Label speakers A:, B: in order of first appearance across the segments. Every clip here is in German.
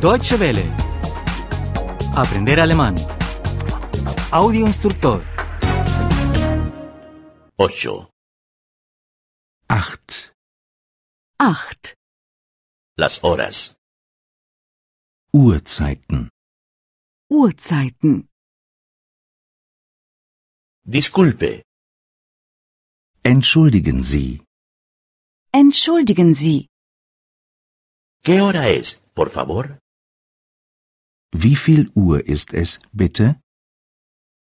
A: Deutsche Welle. Aprender alemán. Audio instructor.
B: 8.
C: 8.
D: 8.
B: Las horas.
C: Uhrzeiten.
D: Uhrzeiten.
B: Disculpe,
C: Entschuldigen Sie,
D: Entschuldigen Sie,
B: ¿qué hora es, por favor?
C: wie viel Uhr ist es, bitte?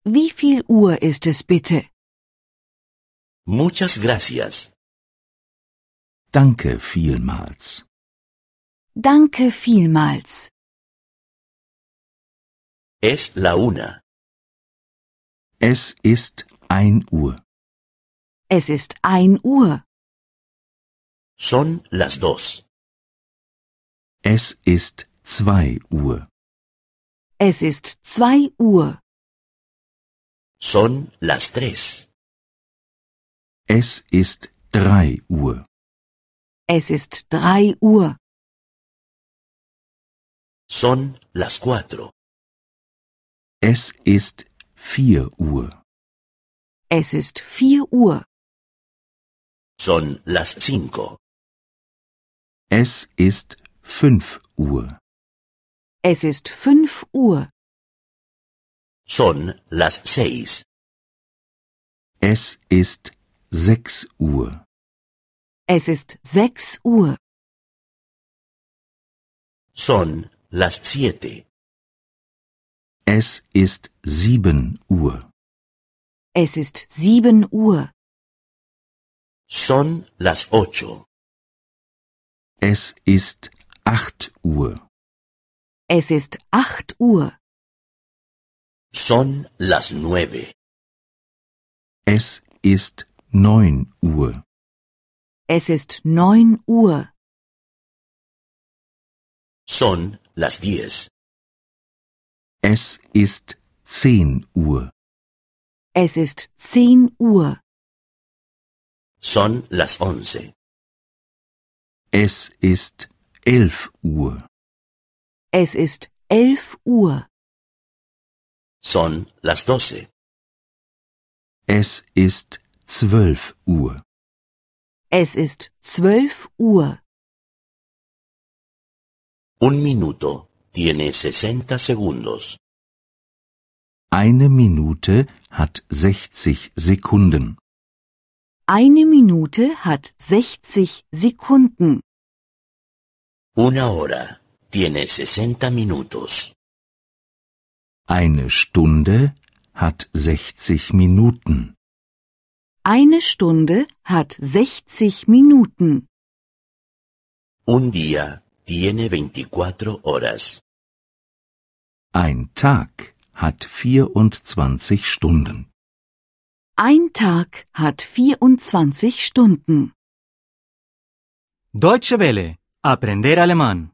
D: wie viel Uhr ist es bitte?
B: Muchas gracias.
C: Danke vielmals.
D: Danke vielmals.
B: Es la una.
C: Es ist ein Uhr.
D: Es ist ein Uhr.
B: Son las dos.
C: Es ist zwei Uhr.
D: Es ist zwei Uhr.
B: Son las tres.
C: Es ist drei Uhr.
D: Es ist drei Uhr.
B: Son las cuatro.
C: Es ist vier Uhr.
D: Es ist vier Uhr.
B: Son las cinco.
C: Es ist fünf Uhr.
D: Es ist fünf Uhr.
B: Son las seis.
C: Es ist sechs Uhr.
D: Es ist sechs Uhr.
B: Son las siete.
C: Es ist sieben Uhr.
D: Es ist sieben Uhr.
B: Son las ocho.
C: Es ist acht Uhr.
D: Es ist acht Uhr.
B: Son las nueve.
C: Es ist neun Uhr.
D: Es ist neun Uhr.
B: Son las diez.
C: Es ist zehn Uhr.
D: Es ist zehn Uhr.
B: Son las once.
C: Es ist elf Uhr.
D: Es ist elf Uhr.
B: Son las doce.
C: Es ist zwölf Uhr.
D: Es ist zwölf Uhr.
B: Un minuto tiene sesenta segundos.
C: Eine Minute hat 60 Sekunden.
D: Eine Minute hat 60 Sekunden.
B: Una hora tiene sesenta minutos.
C: Eine Stunde hat 60 Minuten.
D: Eine Stunde hat 60 Minuten.
B: Un día tiene veinticuatro horas.
C: Ein Tag hat 24 Stunden.
D: Ein Tag hat 24 Stunden.
A: Deutsche Welle. Aprender alemán.